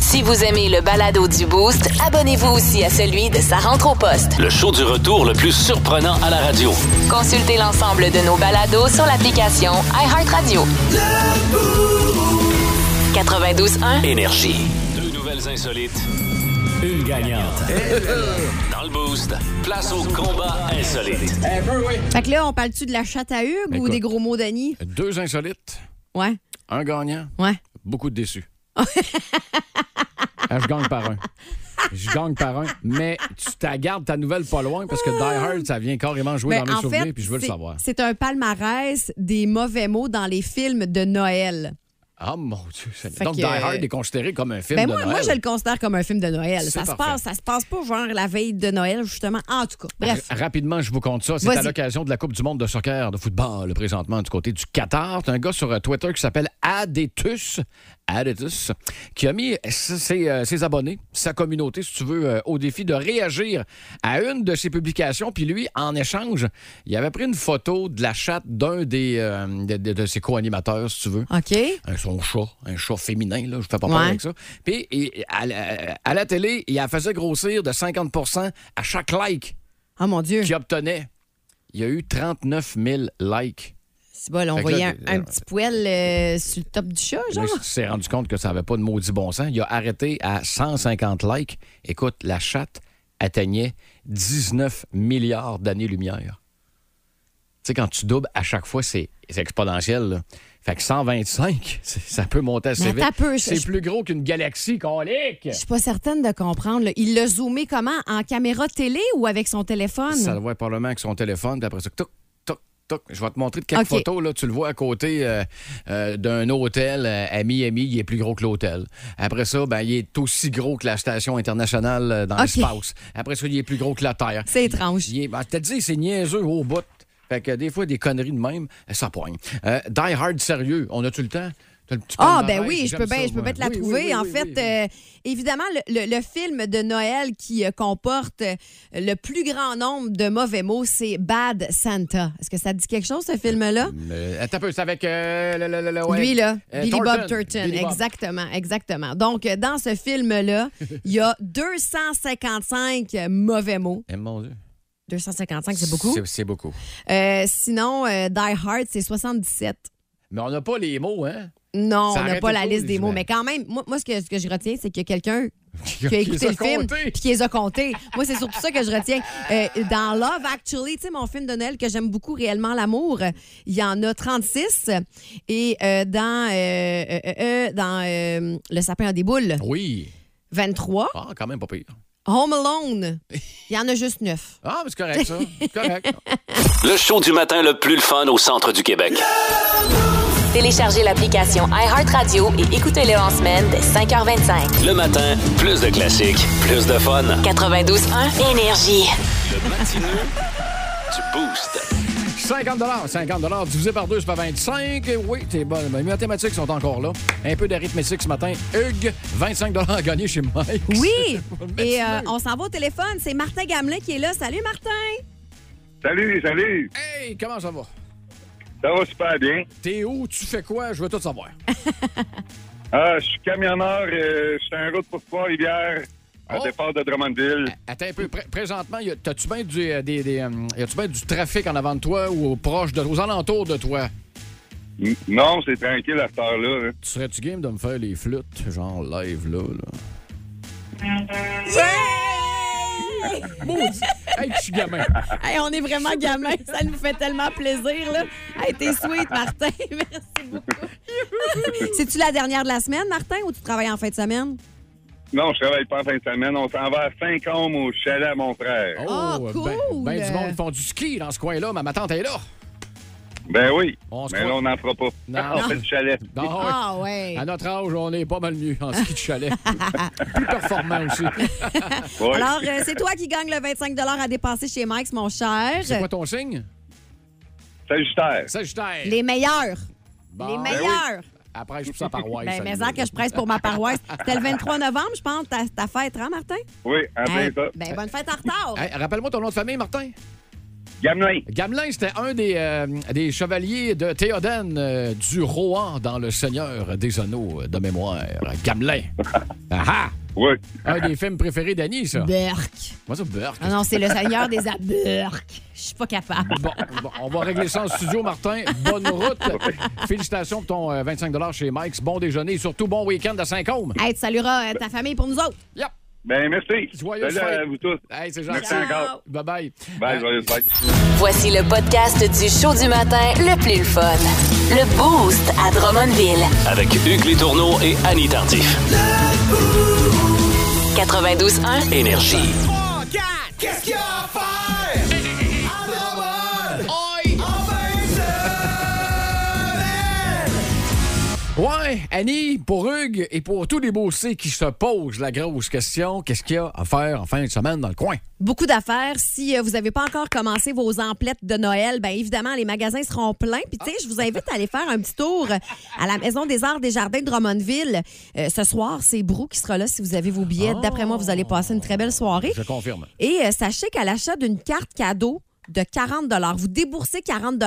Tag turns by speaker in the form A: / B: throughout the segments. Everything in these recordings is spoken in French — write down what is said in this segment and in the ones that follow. A: Si vous aimez le balado du Boost, abonnez-vous aussi à celui de Sa rentre au poste.
B: Le show du retour le plus surprenant à la radio.
A: Consultez l'ensemble de nos balados sur l'application iHeartRadio. 92.1
B: Énergie. Deux nouvelles insolites. Une gagnante. Dans le boost, place au combat insolite.
C: Fait que là, on parle-tu de la chatte à Hugues ou
D: Écoute.
C: des gros mots d'Annie?
D: Deux insolites,
C: Ouais,
D: un gagnant,
C: ouais.
D: beaucoup de déçus. Ah, je gagne par un. Je gagne par un, mais tu t'as gardes ta nouvelle pas loin parce que Die Hard, ça vient carrément jouer
C: Ben,
D: dans mes
C: en
D: souvenirs,
C: fait,
D: puis je veux le
C: c'est-
D: savoir.
C: C'est un palmarès des mauvais mots dans les films de Noël.
D: Ah mon Dieu, Seigneur.
C: Fait
D: Donc
C: que- euh,
D: Die Hard est considéré comme un film
C: Ben
D: de
C: moi,
D: Noël.
C: moi, je le considère comme un film de Noël.
D: C'est
C: Ça se
D: parfait.
C: passe, ça se passe pas genre la veille de Noël justement. En tout cas, bref.
D: R- Rapidement, je vous compte ça. C'est
C: Vas-y.
D: à l'occasion de la Coupe du monde de soccer, de football, présentement, du côté du Qatar. C'est un gars sur euh, Twitter qui s'appelle Adetus, Adetus, qui a mis s- ses, euh, ses abonnés, sa communauté, si tu veux, euh, au défi de réagir à une de ses publications. Puis lui, en échange, il avait pris une photo de la chatte d'un des, euh, de, de- de ses co-animateurs, si tu veux
C: Ok.
D: un, son chat, un chat féminin, là, je fais pas peur
C: Ouais.
D: avec ça. Puis et, à, la- à la télé, il la faisait grossir de 50 à chaque like
C: Oh mon Dieu.
D: qu'il obtenait. Il y a eu 39 000 likes.
C: C'est bon, là, on
D: Fait que
C: voyait
D: là,
C: un,
D: des-
C: un petit poêle euh, sur le top du chat,
D: Là,
C: genre.
D: il s'est rendu compte que ça n'avait pas de maudit bon sens. Il a arrêté à 150 likes. Écoute, la chatte atteignait 19 milliards d'années-lumière. Tu sais, quand tu doubles, à chaque fois, c'est c'est exponentiel. là. Fait que 125, c'est- ça peut monter assez
C: Mais
D: vite.
C: attends un peu, je-
D: C'est
C: je-
D: plus gros qu'une galaxie, colique!
C: Je suis pas certaine de comprendre. là. Il l'a zoomé comment? En caméra télé ou avec son téléphone?
D: Ça le voit probablement avec son téléphone, puis après ça, toc, toc, toc. Je vais te montrer de quelques
C: OK.
D: photos. Là, tu le vois à côté euh, euh, d'un hôtel euh, à Miami, il est plus gros que l'hôtel. Après ça, ben, il est aussi gros que la station internationale euh, dans
C: OK.
D: l'espace. Après ça, il est plus gros que la Terre.
C: C'est étrange.
D: Il est- ben, je te dis, c'est niaiseux au bout. Fait que des fois, des conneries de même, ça poigne. Euh, Die Hard sérieux, on a-tu le temps? T'as le petit
C: Ah,
D: palmarès,
C: ben oui, je
D: j'aime
C: peux
D: ça,
C: bien je peux bien
D: moi.
C: te la
D: Oui, oui,
C: trouver.
D: oui,
C: en
D: oui,
C: fait,
D: oui.
C: euh, évidemment, le, le- le film de Noël qui euh, comporte euh, le plus grand nombre de mauvais mots, c'est Bad Santa. Est-ce que ça te dit quelque chose, ce film-là?
D: Mais, attends un peu, c'est avec. euh, le- le- le- le- Euh, ouais.
C: Lui, là,
D: Euh,
C: Billy Bob Turton.
D: Billy Bob.
C: Exactement, exactement. Donc, euh, dans ce film-là, il y a 255 euh, mauvais mots.
D: Eh, mon Dieu.
C: 255, Ah, c'est beaucoup.
D: C'est beaucoup.
C: Euh, sinon, euh, Die Hard, c'est 77.
D: Mais on n'a pas les mots, hein?
C: Non,
D: Ça
C: on n'a
D: arrête
C: pas
D: tout
C: la
D: court,
C: liste des mots,
D: j'imagine.
C: mais quand même, moi, moi, ce, que, ce que je retiens, c'est qu'il y a quelqu'un qui a écouté le
D: les a
C: film
D: comptés.
C: puis qui les a comptés. Moi, c'est surtout ça que je retiens. Euh, dans Love Actually, tu sais, mon film de Noël que j'aime beaucoup, réellement l'amour, il y en a 36. Et euh, dans, euh, euh, euh, euh, dans euh, Le sapin à des boules,
D: Oui.
C: 23.
D: Ah, quand même pas pire.
C: Home Alone, il y en a juste 9.
D: Ah, mais c'est correct, ça. C'est correct.
B: Le show du matin le plus le fun au centre du Québec.
A: Téléchargez l'application iHeartRadio et écoutez-le en semaine dès 5h25.
B: Le matin, plus de classiques, plus de fun.
A: 92.1 Énergie.
B: Le matineux du Boost.
D: 50 50 divisé par 2, c'est pas 25. Et Oui, t'es bonne. Mes mathématiques sont encore là. Un peu d'arithmétique ce matin. Hugues, 25 à gagner chez Mike.
C: Oui! Et euh, on s'en va au téléphone. C'est Martin Gamelin qui est là. Salut, Martin!
E: Salut, salut.
D: Hey, comment ça va?
E: Ça va super bien.
D: T'es où? Tu fais quoi? Je veux tout savoir.
E: Ah, je suis camionneur. euh, je suis en route pour Trois-Rivières, à
D: Oh.
E: départ de Drummondville.
D: Attends un peu. Pré- présentement, y a- t'as-tu bien du, euh, des, des, euh, y a-tu bien du trafic en avant de toi ou proche de, aux alentours de toi? Euh.
E: N- Non, c'est tranquille à cette heure-là. hein.
D: Tu serais-tu game de me faire les flûtes, genre live là? là? Maudit! Hey, je suis gamin!
C: Hey, on est vraiment gamin. Ça nous fait tellement plaisir, là. Hey, t'es sweet, Martin. Merci beaucoup. C'est-tu la dernière de la semaine, Martin, ou tu travailles en fin de semaine?
E: Non, je travaille pas en fin de semaine. On s'en va à Saint-Côme au chalet à mon frère.
C: Ah,
D: ben-
C: cool!
D: Ben, du monde font du ski dans ce coin-là, mais ma tante est là!
E: Ben oui.
D: On se
E: Mais là,
D: croit-
E: on n'en fera pas.
D: Non.
E: On fait du chalet.
D: Non,
C: Ah, ouais.
D: À notre âge, on est pas mal mieux en ski de chalet. Plus performant aussi.
E: Ouais.
C: Alors, euh, c'est toi qui gagne le 25 à dépenser chez Mike's, mon cher.
D: C'est quoi ton signe?
E: Sagittaire.
D: Sagittaire!
C: Les meilleurs.
D: Bon, Ben
C: Les meilleurs.
D: Après, je pour sa paroisse.
C: Ben, mais
D: ça,
C: ça que je presse pour ma paroisse. C'était le 23 novembre, je pense, ta, ta fête, hein, Martin?
E: Oui, en plein
C: Hey,
E: ça.
C: ben, bonne fête en retard.
D: Hey, Rappelle-moi ton nom de famille, Martin.
E: Gamelin.
D: Gamelin, c'était un des, euh, des chevaliers de Théoden euh, du Rohan dans Le Seigneur des Anneaux euh, de mémoire. Gamelin. Ah
E: Oui.
D: ah! Un des films préférés d'Annie, ça.
C: Ben- Burke.
D: Moi, ça, Burke.
C: Ah non, c'est le seigneur des a- Burke. Je suis pas capable.
D: Bon, bon, on va régler ça en studio, Martin. Bonne route. Félicitations pour ton euh, 25 chez Mike's. Bon déjeuner et surtout bon week-end à Saint-Côme.
C: Hey, tu salueras euh, ta famille pour nous autres.
D: Yep.
E: Ben, merci.
D: Joyeuse
E: Salut à
D: fête.
E: vous tous.
D: Hey, c'est
E: Merci
D: gentil.
E: encore.
D: Bye-bye.
E: Bye,
D: Euh,
E: joyeuse fête.
A: Voici le podcast du show du matin le plus le fun. Le Boost à Drummondville.
B: Avec Hugues Létourneau et Annie Tardif.
A: 92.1.
B: Énergie.
D: Ouais, Annie, pour Hugues et pour tous les bossés qui se posent la grosse question, qu'est-ce qu'il y a à faire en fin de semaine dans le coin?
C: Beaucoup d'affaires. Si euh, vous n'avez pas encore commencé vos emplettes de Noël, bien évidemment, les magasins seront pleins. Puis, tu sais, je vous invite à aller faire un petit tour euh, à la Maison des Arts des Jardins de Drummondville. Euh, ce soir, c'est Brou qui sera là si vous avez vos billets. D'après moi, vous allez passer une très belle soirée.
D: Je confirme.
C: Et euh, sachez qu'à l'achat d'une carte cadeau de 40 vous déboursez 40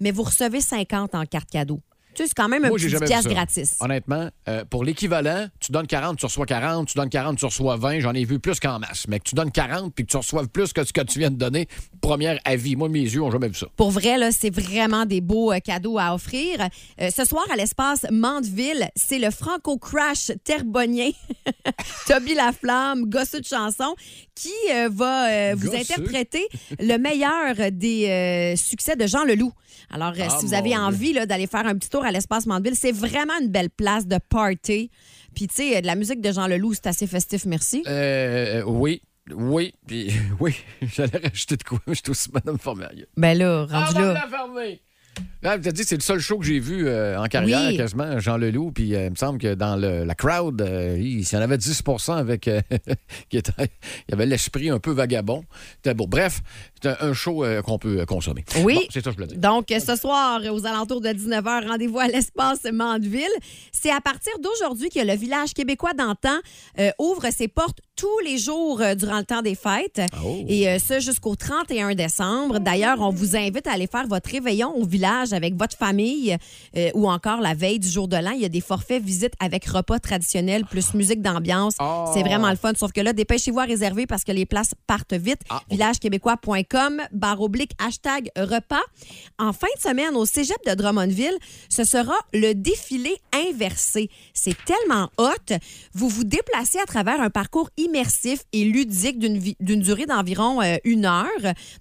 C: mais vous recevez 50 en carte cadeau. Tu sais, c'est quand même un
D: Moi, j'ai
C: petit
D: jamais vu
C: pièce
D: ça.
C: gratis.
D: Honnêtement, euh, pour l'équivalent, tu donnes 40, tu reçois 40, tu donnes 40, tu reçois 20, j'en ai vu plus qu'en masse. Mais que tu donnes 40 puis que tu reçoives plus que ce que tu viens de donner, première avis. Moi, mes yeux ont jamais vu ça.
C: Pour vrai, là, c'est vraiment des beaux euh, cadeaux à offrir. Euh, ce soir, à l'espace Mandeville, c'est le Franco Crash Terbonien, Toby Laflamme, gosseux de chanson, qui euh, va euh, vous
D: Gosseux?
C: interpréter le meilleur des euh, succès de Jean Leloup. Alors, euh,
D: Ah,
C: si vous
D: mon
C: avez
D: Dieu.
C: envie là, d'aller faire un petit tour à l'espace Mandeville, c'est vraiment une belle place de party. Puis, tu sais, euh, de la musique de Jean Leloup, c'est assez festif, merci.
D: Euh, oui. Oui, puis oui, j'allais rajouter de quoi, mais je suis aussi madame Formeria.
C: Ben là, rendu là.
D: Ah, t'as dit, c'est le seul show que j'ai vu euh, en carrière,
C: Oui.
D: quasiment, Jean Leloup. Puis euh, il me semble que dans le- la crowd, euh, il s'il y en avait 10 avec. euh, qui était- il y avait l'esprit un peu vagabond. C'était beau. Bref, c'est un, un show euh, qu'on peut euh, consommer.
C: Oui.
D: Bon, c'est ça que je voulais dire.
C: Donc, euh, ce soir, euh, aux alentours de 19h, rendez-vous à l'espace Mandeville. C'est à partir d'aujourd'hui que le village québécois d'antan euh, ouvre ses portes tous les jours euh, durant le temps des fêtes.
D: Oh.
C: Et euh, ce, jusqu'au 31 décembre. D'ailleurs, on vous invite à aller faire votre réveillon au village avec votre famille euh, ou encore la veille du jour de l'an. Il y a des forfaits visites avec repas traditionnels plus musique d'ambiance.
D: Oh.
C: C'est vraiment le fun. Sauf que là, dépêchez-vous à réserver parce que les places partent vite.
D: Ah, ok.
C: Villagequébécois.com, barre oblique, hashtag repas. En fin de semaine, au cégep de Drummondville, ce sera le défilé inversé. C'est tellement hot. Vous vous déplacez à travers un parcours immersif et ludique d'une vi- d'une durée d'environ euh, une heure.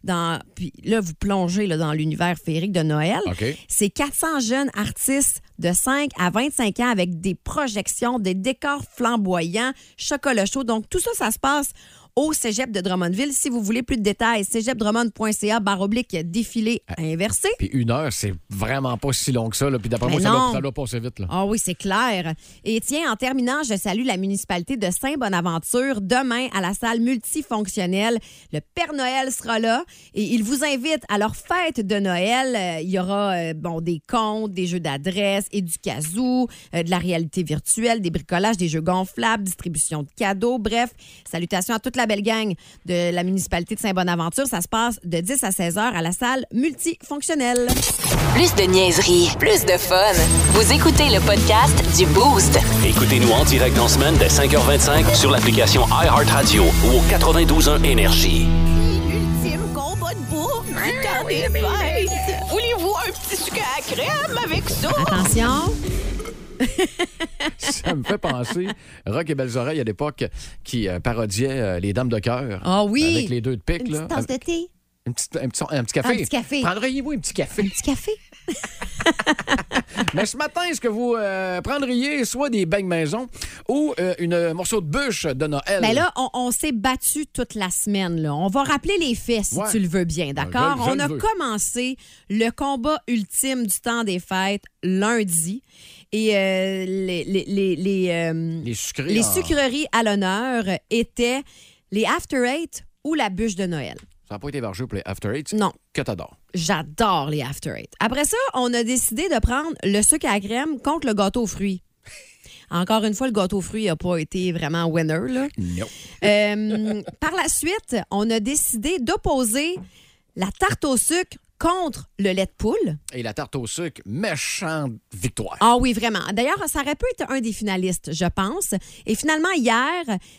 C: Dans, puis là, vous plongez là, dans l'univers féerique de Noël.
D: OK.
C: C'est 400 jeunes artistes de 5 à 25 ans avec des projections, des décors flamboyants, chocolat chaud. Donc, tout ça, ça se passe au cégep de Drummondville. Si vous voulez plus de détails, cégepdrummond.ca, barre oblique, défilé inversé.
D: Puis une heure, c'est vraiment pas si long que ça. là. Puis d'après
C: Mais
D: moi, ça doit,
C: non.
D: ça doit passer vite. Là.
C: Ah oui, c'est clair. Et tiens, en terminant, je salue la municipalité de Saint-Bonaventure demain à la salle multifonctionnelle. Le Père Noël sera là et il vous invite à leur fête de Noël. Euh, Il y aura euh, bon des contes, des jeux d'adresse et du kazoo, euh, de la réalité virtuelle, des bricolages, des jeux gonflables, distribution de cadeaux. Bref, salutations à toute la belle gang de la municipalité de Saint-Bonaventure. Ça se passe de 10 à 16 heures à la salle multifonctionnelle.
A: Plus de niaiserie, plus de fun. Vous écoutez le podcast du Boost.
B: Écoutez-nous en direct dans semaine dès 5h25 sur l'application iHeartRadio ou au 92.1 Énergie.
F: L'ultime combat de bourre du temps des fêtes. Voulez-vous un petit sucre à crème avec ça?
C: Attention.
D: ça me fait penser, Rock et Belles Oreilles à l'époque, qui euh, parodiait euh, les Dames de cœur.
C: Ah oui.
D: Avec les deux de pique.
C: Une
D: là.
C: petite tasse de thé.
D: Une petite- un, petit, un petit café.
C: Un petit café.
D: Prendriez-vous un petit café?
C: Petit café.
D: Mais ce matin, est-ce que vous euh, prendriez soit des beignes maison ou euh, une euh, morceau de bûche de Noël?
C: Mais Ben là, on, on s'est battu toute la semaine. là. On va rappeler les faits si
D: Ouais. Ben,
C: tu le veux bien, d'accord?
D: je le
C: on a
D: veux.
C: commencé le combat ultime du temps des fêtes lundi. Et euh, les, les- les- les, euh,
D: les sucrés. ah,
C: les
D: en-
C: sucreries à l'honneur étaient les After Eight ou la bûche de Noël.
D: Ça n'a pas été vargeux pour les After Eight.
C: Non.
D: Que t'adores.
C: J'adore les After Eight. Après ça, on a décidé de prendre le sucre à la crème contre le gâteau aux fruits. Encore une fois, le gâteau aux fruits n'a pas été vraiment winner. Là.
D: Non.
C: Euh, par la suite, on a décidé d'opposer la tarte au sucre contre le lait de poule.
D: Et la tarte au sucre, méchante victoire.
C: Ah oui, vraiment. D'ailleurs, ça aurait pu être un des finalistes, je pense. Et finalement, hier,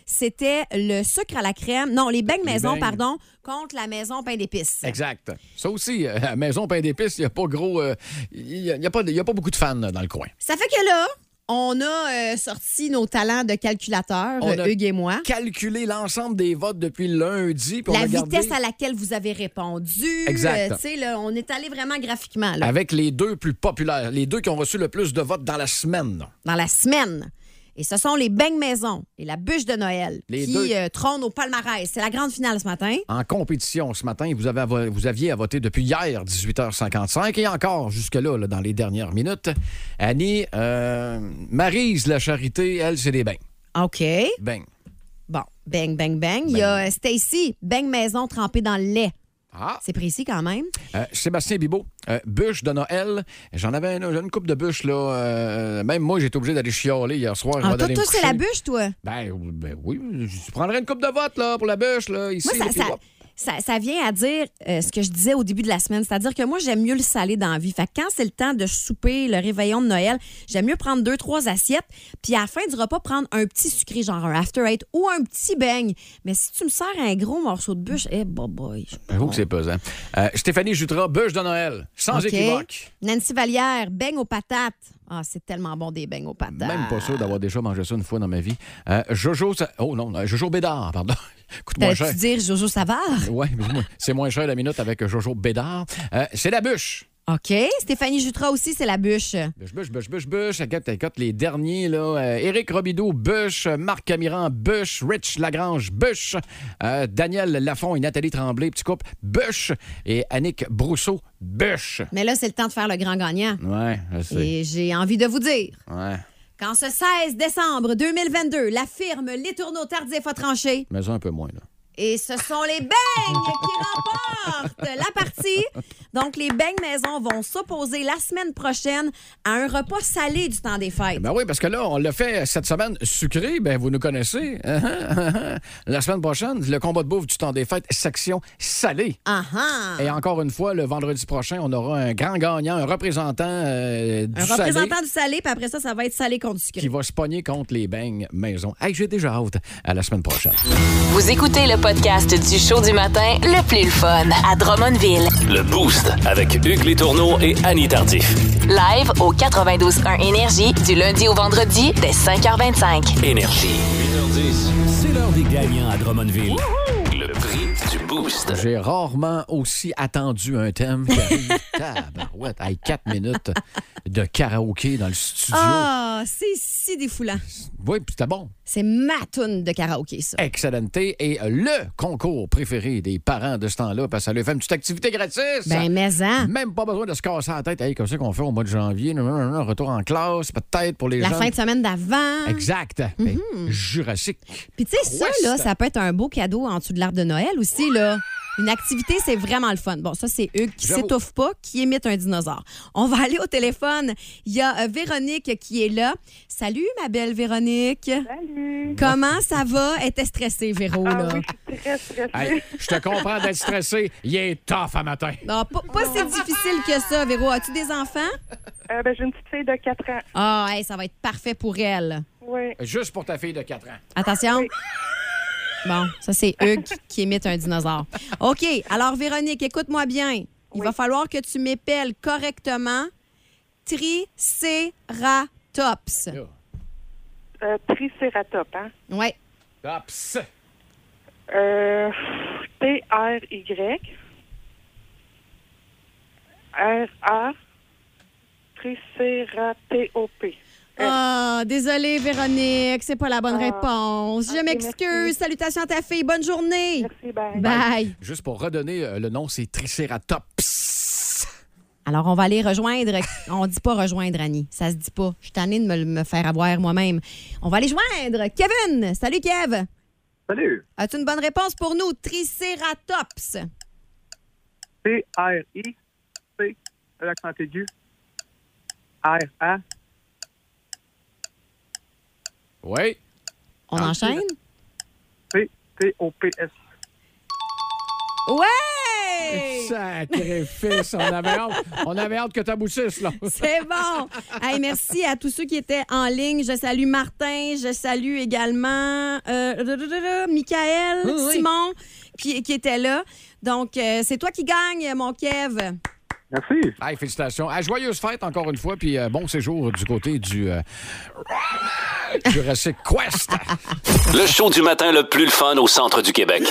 C: c'était le sucre à la crème. Non, les beignes maison,
D: beignes.
C: pardon, contre la maison pain d'épices.
D: Exact. Ça aussi, euh, à Maison Pain d'Épices, il n'y a pas gros. euh, Il n'y a, il y a pas de- il y a pas beaucoup de fans euh, dans le coin.
C: Ça fait que là, on a euh, sorti nos talents de calculateur,
D: On a-
C: Hugues et moi.
D: Calculer l'ensemble des votes depuis lundi. puis on
C: La
D: a gardé-
C: vitesse à laquelle vous avez répondu.
D: Exact.
C: euh, tu sais, là, on est allé vraiment graphiquement là,
D: Avec les deux plus populaires, les deux qui ont reçu le plus de votes dans la semaine.
C: dans la semaine. Et ce sont les beignes maison et la bûche de Noël
D: Les
C: qui
D: deux.
C: euh, trônent au palmarès. C'est la grande finale ce matin.
D: En compétition ce matin, vous, avez à vo- vous aviez à voter depuis hier, 18h55, et encore jusque-là, là, dans les dernières minutes. Annie, euh, Marise, la charité, elle, c'est des bains.
C: OK.
D: Bains.
C: Bon, bang, bang, bang. Il y a euh, Stacy, bang maison trempée dans le lait.
D: Ah!
C: C'est précis quand même.
D: Euh, Sébastien Bibot, euh, bûche de Noël. J'en avais une, une coupe de bûche, là. euh, même moi, j'étais obligé d'aller chialer hier soir.
C: En
D: avant
C: tout,
D: d'aller me
C: Ah, toi, c'est la
D: coucher.
C: bûche, toi.
D: Ben, ou- ben oui, je prendrais une coupe de vote, là, pour la bûche, là, ici.
C: Moi, ça,
D: puis
C: ça,
D: hop.
C: ça- ça vient à dire euh, ce que je disais au début de la semaine, c'est-à-dire que moi, j'aime mieux le salé dans la vie. Fait que quand c'est le temps de souper, le réveillon de Noël, j'aime mieux prendre deux, trois assiettes, puis à la fin du repas, prendre un petit sucré, genre un After Eight ou un petit beigne. Mais si tu me sers un gros morceau de bûche, eh, bah, boy. je-
D: J'avoue que c'est pesant. Euh, Stéphanie Jutras, bûche de Noël, sans
C: OK.
D: équivoque.
C: Nancy Vallière, beigne aux patates. Ah, c'est tellement bon des beignes aux patates.
D: Même pas sûr d'avoir déjà mangé ça une fois dans ma vie. Euh, Jojo, ça- oh non, euh, Jojo Bédard, pardon. Coûte moins cher.
C: T'allais-tu dire Jojo Savard?
D: Ouais, mais moi, c'est moins cher la minute avec Jojo Bédard. Euh, c'est la bûche.
C: OK. Stéphanie Jutras aussi, c'est la bûche.
D: Bûche, bûche, bûche, bûche, bûche. Écoute, écoute, les derniers, là. euh, Éric Robidoux, bûche. Marc Camiran, bûche. Rich Lagrange, bûche. Euh, Daniel Lafont et Nathalie Tremblay, petit couple, bûche. Et Annick Brousseau, bûche.
C: Mais là, c'est le temps de faire le grand gagnant.
D: Ouais, je sais.
C: Et j'ai envie de vous dire
D: Ouais.
C: Quand ce 16 décembre 2022, la firme Les Tourneaux Tardifs a tranché
D: Mais ça, un peu moins, là.
C: et ce sont les beignes qui remportent la partie. Donc, les beignes maison vont s'opposer la semaine prochaine à un repas salé du temps des fêtes.
D: Ben oui, parce que là, on l'a fait cette semaine sucré, ben vous nous connaissez. uh-huh. La semaine prochaine, le combat de bouffe du temps des fêtes, section salée.
C: Ah ah!
D: Et encore une fois, le vendredi prochain, on aura un grand gagnant, un représentant euh, du
C: Un
D: salé
C: représentant du salé, puis après ça, ça va être salé contre du
D: qui
C: sucré.
D: va se pogner contre les beignes maison. Hey, j'ai déjà hâte à la semaine prochaine.
A: Vous écoutez le podcast du show du matin le plus le fun à Drummondville.
B: Le Boost avec Hugues Létourneau et Annie Tardif.
A: Live au 92.1 Énergie du lundi au vendredi dès 5h25.
B: Énergie. 8h10, c'est l'heure des gagnants à Drummondville. Le prix du Boost.
D: J'ai rarement aussi attendu un thème que Tabarouette. Hey, quatre minutes de karaoké dans le studio.
C: Ah, c'est si défoulant.
D: Oui, puis c'était bon.
C: C'est ma toune de karaoké, ça.
D: Excellenté et le concours préféré des parents de ce temps-là parce que ça leur fait une petite activité gratis.
C: Ben, mais hein,
D: Même pas besoin de se casser la tête. Hey, comme ça qu'on fait au mois de janvier. Non, non, non, non, retour en classe, peut-être pour les
C: la
D: jeunes.
C: fin de semaine Mhm. d'avant.
D: Exact. Ben, Jurassique.
C: Puis tu sais, ça,
D: Ouest.
C: là, ça peut être un beau cadeau en dessous de l'arbre de Noël aussi, là. Une activité, c'est vraiment le fun. Bon, ça, c'est Hugues qui
D: J'avoue.
C: s'étouffe pas, qui imite un dinosaure. On va aller au téléphone. Il y a euh, Véronique qui est là. Salut, ma belle Véronique. Salut. Comment ça va? Elle était stressée, Véro, là.
D: Hey, je te comprends d'être stressé. Il est tough à matin.
C: Non, pas, pas si difficile que ça, Véro. As-tu des enfants?
G: Euh, ben, j'ai une petite fille de 4 ans.
C: Ah, hey, ça va être parfait pour elle.
G: Oui.
D: Juste pour ta fille de 4 ans.
C: Attention. Bon, ça, c'est Hugues qui imite un dinosaure. OK. Alors, Véronique, écoute-moi bien. Il va falloir que tu m'épelles correctement Triceratops.
G: Euh, triceratops, hein?
C: Oui.
D: Tops.
G: Euh, T-R-Y. R-A. Triceratop.
C: Ah, désolée, Véronique. C'est pas la bonne réponse. Je
G: Ah. ok,
C: m'excuse.
G: merci.
C: Salutations à ta fille. Bonne journée.
G: Merci, bye.
C: Bye.
D: Juste pour redonner euh, le nom, c'est Triceratops.
C: Alors, on va aller rejoindre. On dit pas rejoindre, Annie. Ça se dit pas. Je suis tannée de me, le- me faire avoir moi-même. On va aller joindre Kevin. Salut, Kev.
H: Salut.
C: As-tu une bonne réponse pour nous? Triceratops.
H: T-R-I, C, l'accent aigu, R-A,
D: Oui.
C: On enchaîne?
H: P, T-O-P-S.
C: Ouais!
D: Sacrifice! On avait hâte, on avait hâte que t'aboutisse, là.
C: C'est bon. Hey, merci à tous ceux qui étaient en ligne. Je salue Martin, je salue également euh, rrrrrrr, Michael,
D: Oui, oui.
C: Simon qui, qui était là. Donc, euh, c'est toi qui gagne, mon Kev.
H: Merci.
D: Hey, félicitations. À joyeuse fête, encore une fois, puis euh, bon séjour du côté du euh, Jurassic Quest. Hein,
B: Le show du matin le plus le fun au centre du Québec.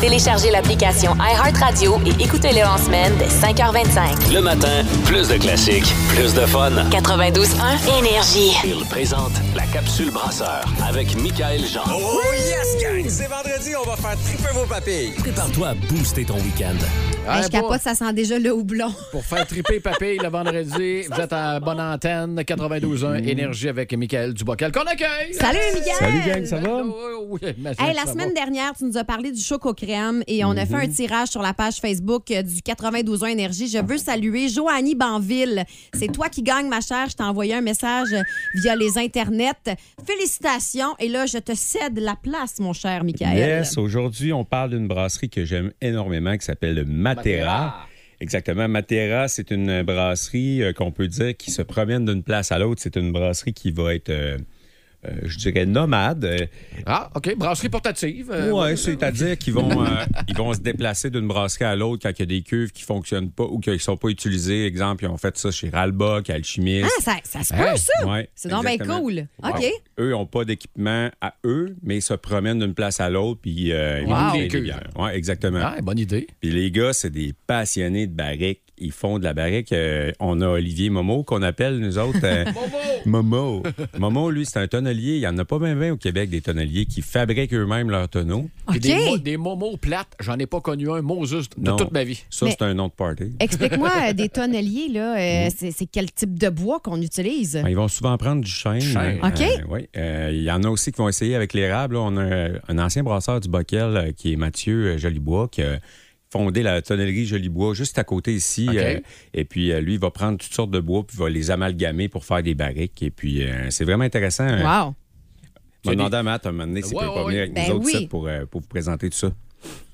A: Téléchargez l'application iHeartRadio et écoutez-le en semaine dès 5h25.
B: Le matin, plus de classiques, plus de fun.
A: 92.1 Énergie.
B: Il présente la capsule brasseur avec Michael Jean.
I: Oh yes, gang! C'est vendredi, on va faire triper vos papilles.
B: Prépare-toi à booster ton week-end.
C: Hey,
D: Hey,
C: Ben, je
D: pour-
C: capote, ça sent déjà le houblon.
D: Pour faire triper papy le vendredi, vous êtes à bonne antenne,
J: Mm.
D: 92.1 Énergie avec Michael Dubocal qu'on accueille.
C: Salut, Michael.
J: Salut, gang, ça va?
D: Oui, ma
C: Hey, la
D: chère, ça
C: semaine
D: va. Mhm.
C: dernière, tu nous as parlé du choco crème et on a fait un tirage sur la page Facebook euh, du 92 ans Énergie. Je veux saluer Joanie Banville. C'est toi qui gagne, ma chère. Je t'ai envoyé un message euh, via les internets. Félicitations. Et là, je te cède la place, mon cher Michael.
J: Yes, aujourd'hui, on parle d'une brasserie que j'aime énormément qui s'appelle le Matera. Exactement. Matera, c'est une brasserie euh, qu'on peut dire qui se promène d'une place à l'autre. C'est une brasserie qui va être, euh, euh, je dirais, nomade. Euh,
D: Ah, OK, brasserie portative. euh,
J: ouais, c'est-à-dire qu'ils vont, euh, ils vont se déplacer d'une brasserie à l'autre quand il y a des cuves qui fonctionnent pas ou qui ne sont pas utilisées. Exemple, ils ont fait ça chez Ralbock, Alchimiste.
C: Ah, ça, ça se peut,
D: Hey,
C: ça?
J: Ouais,
C: C'est donc bien
J: exactement.
C: cool.
J: Wow.
C: OK.
J: Eux n'ont pas d'équipement à eux, mais ils se promènent d'une place à l'autre, puis euh, ils
D: Wow.
J: ouvrent
D: Des
J: les
D: queues.
J: bières. Ouais, exactement.
D: Ah, bonne idée.
J: Puis les gars, c'est des passionnés de barrique. Ils font de la barrique. Euh, on a Olivier Momo, qu'on appelle nous autres. euh, Momo! Momo, lui, c'est un tonnelier. Il n'y en a pas bien au Québec des tonneliers qui fabriquent eux-mêmes leurs tonneaux.
D: Puis Des, mo-
C: OK.
D: des momos plates, j'en ai pas connu un, Moses, de
J: Non.
D: toute ma vie.
J: Ça,
C: Mais-
J: c'est un nom de party.
C: Explique-moi, euh, des tonneliers, là, euh, c'est c'est quel type de bois qu'on utilise?
J: Ben, ils vont souvent prendre du chêne.
D: Chêne.
J: Euh,
C: OK.
J: euh, oui. Euh, Il y en a aussi qui vont essayer avec l'érable. là. On a euh, un ancien brasseur du Bockel euh, qui est Mathieu euh, Jolibois qui a fondé la tonnellerie Jolibois juste à côté ici.
D: OK.
J: Euh, et puis, euh, lui, il va prendre toutes sortes de bois puis va les amalgamer pour faire des barriques. Et puis, euh, c'est vraiment intéressant. Euh,
D: hein.
C: Wow.
J: Je vais demander à Matt à un moment donné s'il
D: Ouais,
J: peut
D: ouais,
J: pas venir
D: ouais.
J: avec
C: Ben
J: nous autres
C: oui.
J: ici pour, euh, pour vous présenter tout ça.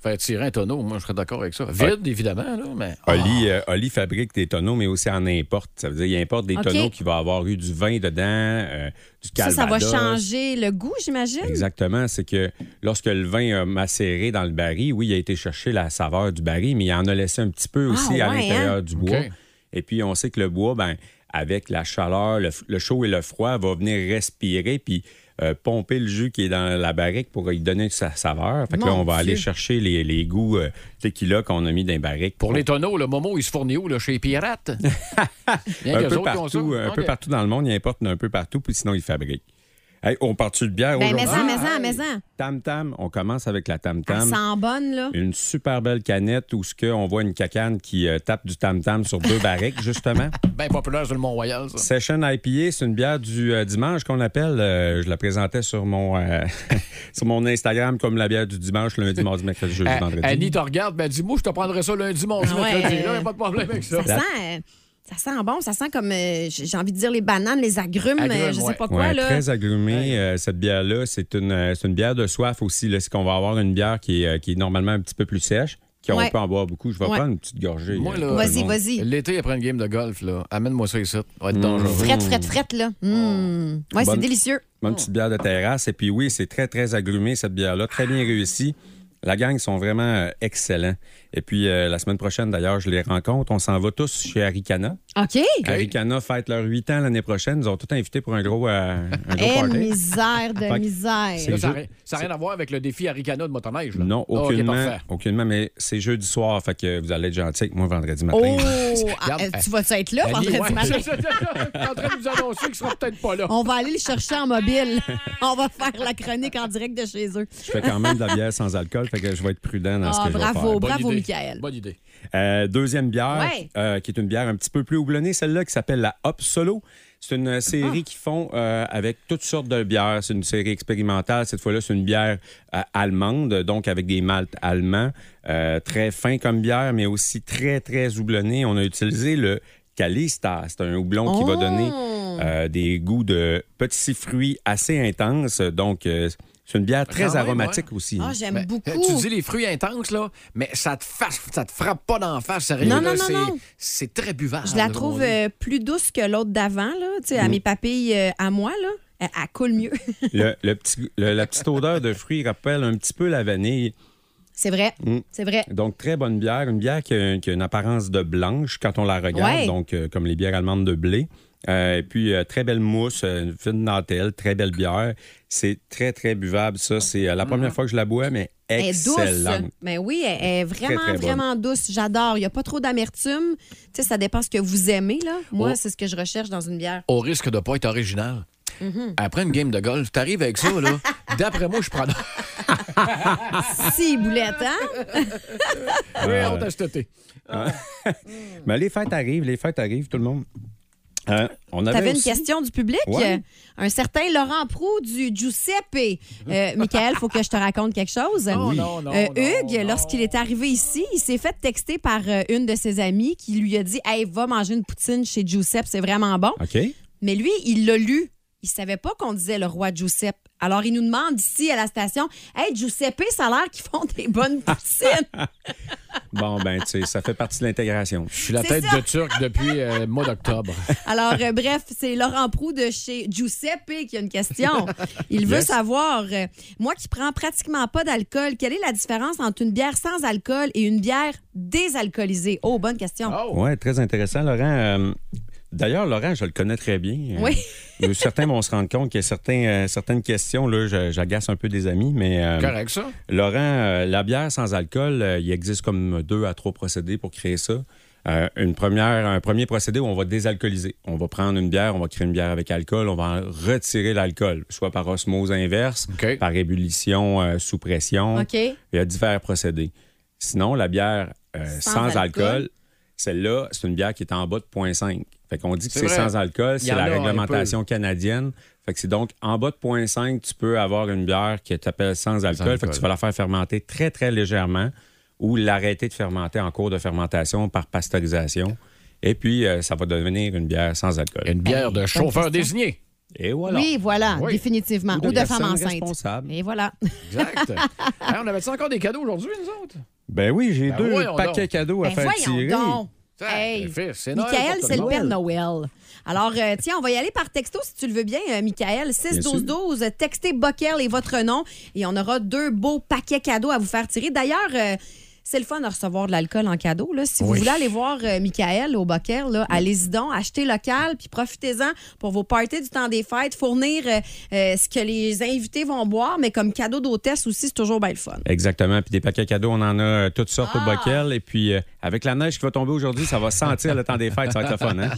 D: Faire tirer un tonneau, moi, je serais d'accord avec ça. Vide, évidemment, là, mais. Ah.
J: Oli, euh, Oli fabrique des tonneaux, mais aussi en importe. Ça veut dire qu'il importe des
C: OK.
J: tonneaux qui vont avoir eu du vin dedans, euh, du
C: Ça,
J: calvados.
C: ça va changer le goût, j'imagine?
J: Exactement. C'est que lorsque le vin a macéré dans le baril, oui, il a été chercher la saveur du baril, mais il en a laissé un petit peu
C: Ah,
J: aussi à
C: ouais,
J: l'intérieur du bois.
D: OK.
J: Et puis, on sait que le bois, ben, avec la chaleur, le, f- le chaud et le froid, va venir respirer puis euh, pomper le jus qui est dans la barrique pour lui donner sa saveur. Fait que là,
C: Mon
J: on va
C: Dieu.
J: aller chercher les, les goûts euh, tequila qu'on a mis dans les barriques.
D: Pour les tonneaux, le momo, il se fournit où, là, chez les pirates? Rien
J: un
D: qu'eux
J: peu
D: autres, ils ont ça.
J: partout, un peu
D: OK.
J: partout dans le monde, il importe un peu partout, puis sinon, il fabrique. Hey, on part-tu de bière
C: Ben,
J: aujourd'hui?
C: mais-en, mais-en,
J: Hey!
C: mais-en.
J: Tam Tam, on commence avec la Tam
C: Ça
J: Tam.
C: sent bonne, là.
J: Une super belle canette où ce que on voit une cacane qui euh, tape du Tam Tam sur deux barriques, justement.
D: Bien populaire sur le Mont-Royal, ça.
J: Session IPA, c'est une bière du euh, dimanche qu'on appelle. Euh, je la présentais sur mon, euh, sur mon Instagram comme la bière du dimanche, lundi, mardi, mercredi, jeudi,
D: Ah,
J: vendredi.
D: Annie te regarde, ben dis-moi, je te prendrai ça lundi, mardi,
C: Ah ouais.
D: mercredi. Là, y a pas de problème avec ça.
C: Ça sent, euh, ça sent bon, ça sent comme, euh, j'ai j'ai envie de dire, les bananes, les agrumes,
D: Agrumes,
C: euh, je sais
D: ouais.
C: pas quoi.
J: Ouais,
C: là.
J: Très agrumée, euh, cette bière-là. C'est une, euh, c'est une bière de soif aussi. là. C'est qu'on va avoir une bière qui est, euh, qui est normalement un petit peu plus sèche, qu'on
C: Ouais.
J: peut en boire beaucoup. Je vais
C: Ouais.
J: prendre une petite gorgée.
D: Moi,
J: euh,
D: là,
J: pour tout
C: Vas-y,
J: le monde.
C: vas-y.
D: L'été, après une game de golf, là, amène-moi ça ici. Ça va
J: Mmh.
D: être dangereux.
C: Frette, frette, frette, là. Mm. Ouais, c'est
J: Oh. Bonne-
C: délicieux.
J: Une petite bière de terrasse. Et puis oui, c'est très, très agrumé, cette bière-là. Très bien réussie. La gang sont vraiment euh, excellents. Et puis, euh, la semaine prochaine, d'ailleurs, je les rencontre. On s'en va tous chez Aricana.
C: OK.
J: Aricana fête leurs 8 ans l'année prochaine. Ils ont tous invités pour un gros, euh, un gros
C: Eh,
J: party.
C: misère de
J: que
C: misère.
J: c'est-
D: Là, ça n'a rien- ça n'a rien à voir avec le défi Aricana de motoneige. là.
J: Non,
D: Ah, OK,
J: aucunement.
D: parfait.
J: aucunement, mais c'est jeudi soir, fait que vous allez être gentil avec moi vendredi matin.
C: Oh, ah,
D: Regarde,
C: euh, tu vas être là
D: Annie,
C: vendredi
D: ouais,
C: matin?
D: c'est ça, t'es en train de nous annoncer qu'il sera peut-être pas là.
C: On va aller le chercher en mobile. On va faire la chronique en direct de chez eux.
J: Je fais quand même de la bière sans alcool, fait que je vais être prudent dans
C: Ah,
J: ce que je vais
C: bravo.
J: faire.
D: Bonne
C: bravo,
D: idée.
C: Michael.
D: Bonne idée.
J: Euh, deuxième bière,
C: Ouais.
J: euh, qui est une bière un petit peu plus houblonnée, celle-là, qui s'appelle la Hop Solo. C'est une euh, série qu'ils font euh, avec toutes sortes de bières. C'est une série expérimentale. Cette fois-là, c'est une bière euh, allemande, donc avec des maltes allemands. Euh, très fin comme bière, mais aussi très, très houblonnée. On a utilisé le Calista. C'est un houblon qui va
C: Oh!
J: donner euh, des goûts de petits fruits assez intenses. Donc, euh, c'est une bière
D: Quand
J: très
D: même,
J: aromatique
D: ouais.
J: aussi.
C: Ah, j'aime
D: Ben,
C: beaucoup.
D: Tu dis les fruits intenses, là, mais ça te, fasse- ça te frappe pas d'en face, sérieux.
C: Non, non,
D: là,
C: non,
D: c'est-
C: non.
D: C'est très buvable.
C: Je la
D: là, comme on
C: trouve
D: dit.
C: euh, plus douce que l'autre d'avant, là. Tu
J: Mm.
C: sais, à mes papilles, euh, à moi, là, elle, elle coule mieux.
J: Le- le petit- le- la petite odeur de fruits rappelle un petit peu la vanille.
C: c'est vrai.
J: Mm.
C: C'est vrai.
J: Donc, très bonne bière. Une bière qui a, qui a une apparence de blanche quand on la regarde,
C: Ouais.
J: donc euh, comme les bières allemandes de blé. Euh, et puis, euh, très belle mousse, euh, une fine dentelle, très belle bière. C'est très, très buvable, ça. C'est euh, la première fois que je la bois, mais
C: Mm-hmm. Elle est douce.
J: excellente.
C: Mais oui, elle elle est vraiment,
J: très bonne.
C: vraiment douce. J'adore. Il n'y a pas trop d'amertume. Tu sais, ça dépend ce que vous aimez, là. Moi,
D: Oh.
C: c'est ce que je recherche dans une bière.
D: Au risque de pas être original.
C: Mhm.
D: Après une game de golf, t'arrives avec ça, là. D'après moi, je prends.
C: Si, boulette, hein?
D: Ouais, on t'a jeté.
J: Mais les fêtes arrivent, les fêtes arrivent, tout le monde. Euh, on avait
C: T'avais une
J: aussi-
C: question du public?
J: Ouais.
C: Un certain Laurent Proux du Giuseppe. Euh, Michael, faut que je te raconte quelque chose. Euh,
D: Non, Oui. Oh, non, non, non,
C: Hugues,
D: non.
C: lorsqu'il est arrivé ici, il s'est fait texter par euh, une de ses amies qui lui a dit Hey, va manger une poutine chez Giuseppe, c'est vraiment bon.
J: OK.
C: Mais lui, il l'a lu. Il savait pas qu'on disait le roi Giuseppe. Alors, il nous demande ici à la station Hey, Giuseppe, ça a l'air qu'ils font des bonnes poutines.
J: Bon, ben, tu sais, ça fait partie de l'intégration.
D: Je suis la
C: C'est
D: tête
C: ça.
D: de Turc depuis euh, le mois d'octobre.
C: Alors, euh, bref, c'est Laurent Proux de chez Giuseppe qui a une question. Il veut
J: Yes.
C: savoir euh, Moi qui prends pratiquement pas d'alcool, quelle est la différence entre une bière sans alcool et une bière désalcoolisée Oh, bonne question.
J: Oui, très intéressant, Laurent. Euh, D'ailleurs, Laurent, je le connais très bien. Euh,
C: Oui.
J: euh, certains vont se rendre compte qu'il y a certains, euh, certaines questions. Là, je- j'agace un peu des amis, mais euh,
D: Correct, ça?
J: Laurent, euh, la bière sans alcool, euh, il existe comme deux à trois procédés pour créer ça. Euh, une première, un premier procédé où on va désalcooliser. On va prendre une bière, on va créer une bière avec alcool, on va en retirer l'alcool, soit par osmose inverse,
D: OK.
J: par ébullition euh, sous pression.
C: OK.
J: Il y a divers procédés. Sinon, la bière euh,
C: Sans
J: sans,
C: alcool.
J: alcool, celle-là, c'est une bière qui est en bas de 0.5. Fait qu'on dit que
D: C'est
J: c'est
D: vrai.
J: sans alcool,
D: Il y
J: c'est
D: en
J: la
D: a un
J: réglementation canadienne. Fait que c'est donc en bas de 0.5, tu peux avoir une bière qui t'appelle sans alcool. Fait
D: alcool.
J: que tu vas la faire fermenter très, très légèrement ou l'arrêter de fermenter en cours de fermentation par pasteurisation. Et puis, euh, ça va devenir une bière sans alcool.
D: Une bière de
C: question.
D: chauffeur désigné.
J: Et voilà.
C: Oui, voilà,
D: Oui.
C: définitivement. Ou de,
J: personne
C: femme enceinte.
J: responsable.
C: Et voilà.
D: Exact. Hey, on avait-tu encore des cadeaux aujourd'hui, nous autres?
J: Ben oui, j'ai
D: Ben
J: deux
D: voyons
J: paquets
D: donc.
J: cadeaux à
C: Ben
J: faire
C: voyons
J: tirer.
C: donc. Hey,
D: Sacrifice, c'est Noël
C: Michael,
D: pour tout
C: c'est
D: le
C: le Père
D: monde.
C: Noël. Alors, euh, tiens, on va y aller par texto si tu le veux bien, euh, Michael. 6-12-12, euh, textez Bockel et votre nom et on aura deux beaux paquets cadeaux à vous faire tirer. D'ailleurs, euh, c'est le fun de recevoir de l'alcool en cadeau. là. Si vous
D: Oui.
C: voulez aller voir euh, Michael au Bockel, là, allez-y donc, achetez local, puis profitez-en pour vos parties du temps des fêtes, fournir euh, euh, ce que les invités vont boire, mais comme cadeau d'hôtesse aussi, c'est toujours bien le fun.
J: Exactement. Puis des paquets cadeaux, on en a euh, toutes sortes
C: Ah.
J: au bocal. Et puis, euh, avec la neige qui va tomber aujourd'hui, ça va sentir le temps des fêtes. Ça va être le fun, hein?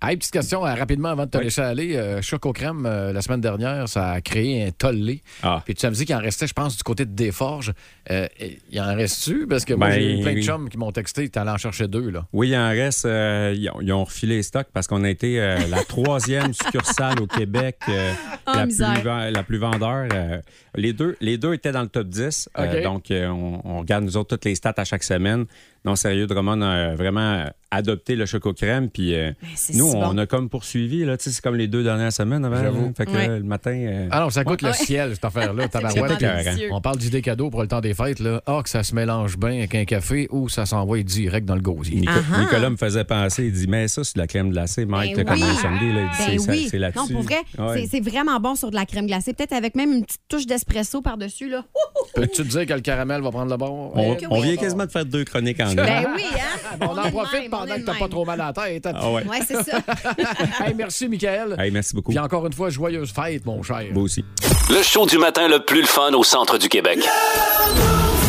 D: Hey, petite question euh, rapidement avant de te laisser aller. Euh, Choco Crème, euh, la semaine dernière, ça a créé un tollé.
J: Ah.
D: Puis tu me dis qu'il en restait, je pense, du côté de Desforges. Euh, il en reste-tu? Parce que moi,
J: Ben,
D: j'ai eu plein de
J: oui.
D: chums qui m'ont texté, t'es allé en chercher deux, là.
J: Oui, il en reste. euh, ils, ont, ils ont refilé les stocks parce qu'on a été euh, la troisième succursale au Québec, euh,
C: Oh,
J: la, plus,
C: misère.
J: ven- la plus vendeur. euh, les, deux, les deux étaient dans le top 10. euh,
D: OK.
J: donc, euh, on, on regarde, nous autres, toutes les stats à chaque semaine. Non, sérieux, Drummond a vraiment euh, adopté le choco crème. Puis, euh,
C: c'est
J: nous,
C: si
J: on
C: bon.
J: a comme poursuivi. Là, tu sais, c'est comme les deux dernières semaines avant.
D: J'avoue.
J: là. Fait que
C: Ouais.
J: euh, le matin. euh,
D: Ah non, ça coûte le ciel, cette affaire-là, tabarouette.
J: vraiment
C: délicieux.
D: On parle d'idées cadeaux pour le temps des fêtes, là. Ah, que ça se mélange bien avec un café ou ça s'envoie direct dans le gosier.
J: Nico- Nicolas me faisait penser, il dit, mais ça, c'est de la crème glacée, Mike,
C: Ah, Ben
J: t'as
C: oui.
J: comme un samedi, là, il dit,
C: Ben
J: c'est ça-
C: oui.
J: c'est là-dessus.
C: Non, pour vrai,
J: Ouais.
C: c'est- c'est vraiment bon sur de la crème glacée. Peut-être avec même une petite touche d'espresso par-dessus. là. Ouh, ouh.
D: Peux-tu te dire que le caramel va prendre le bord?
J: On,
C: que
J: on
C: oui.
J: vient quasiment de faire deux chroniques en un.
C: Ben oui, hein?
D: On
C: est
D: en
C: de
D: profite
C: même, on
D: pendant
C: est
D: que
C: de
D: t'as pas
C: même.
D: trop mal à la tête.
J: Ah ouais.
C: Ouais, c'est ça.
D: Hey, merci, Michael.
J: Hey, merci beaucoup.
D: Puis encore une fois, joyeuse fête, mon cher.
J: Vous aussi.
B: Le show du matin le plus le fun au centre du Québec.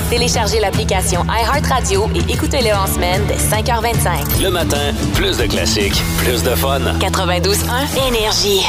A: Téléchargez l'application iHeartRadio et écoutez-le en semaine dès 5h25.
B: Le matin, plus de classiques, plus de fun.
A: 92.1 Énergie.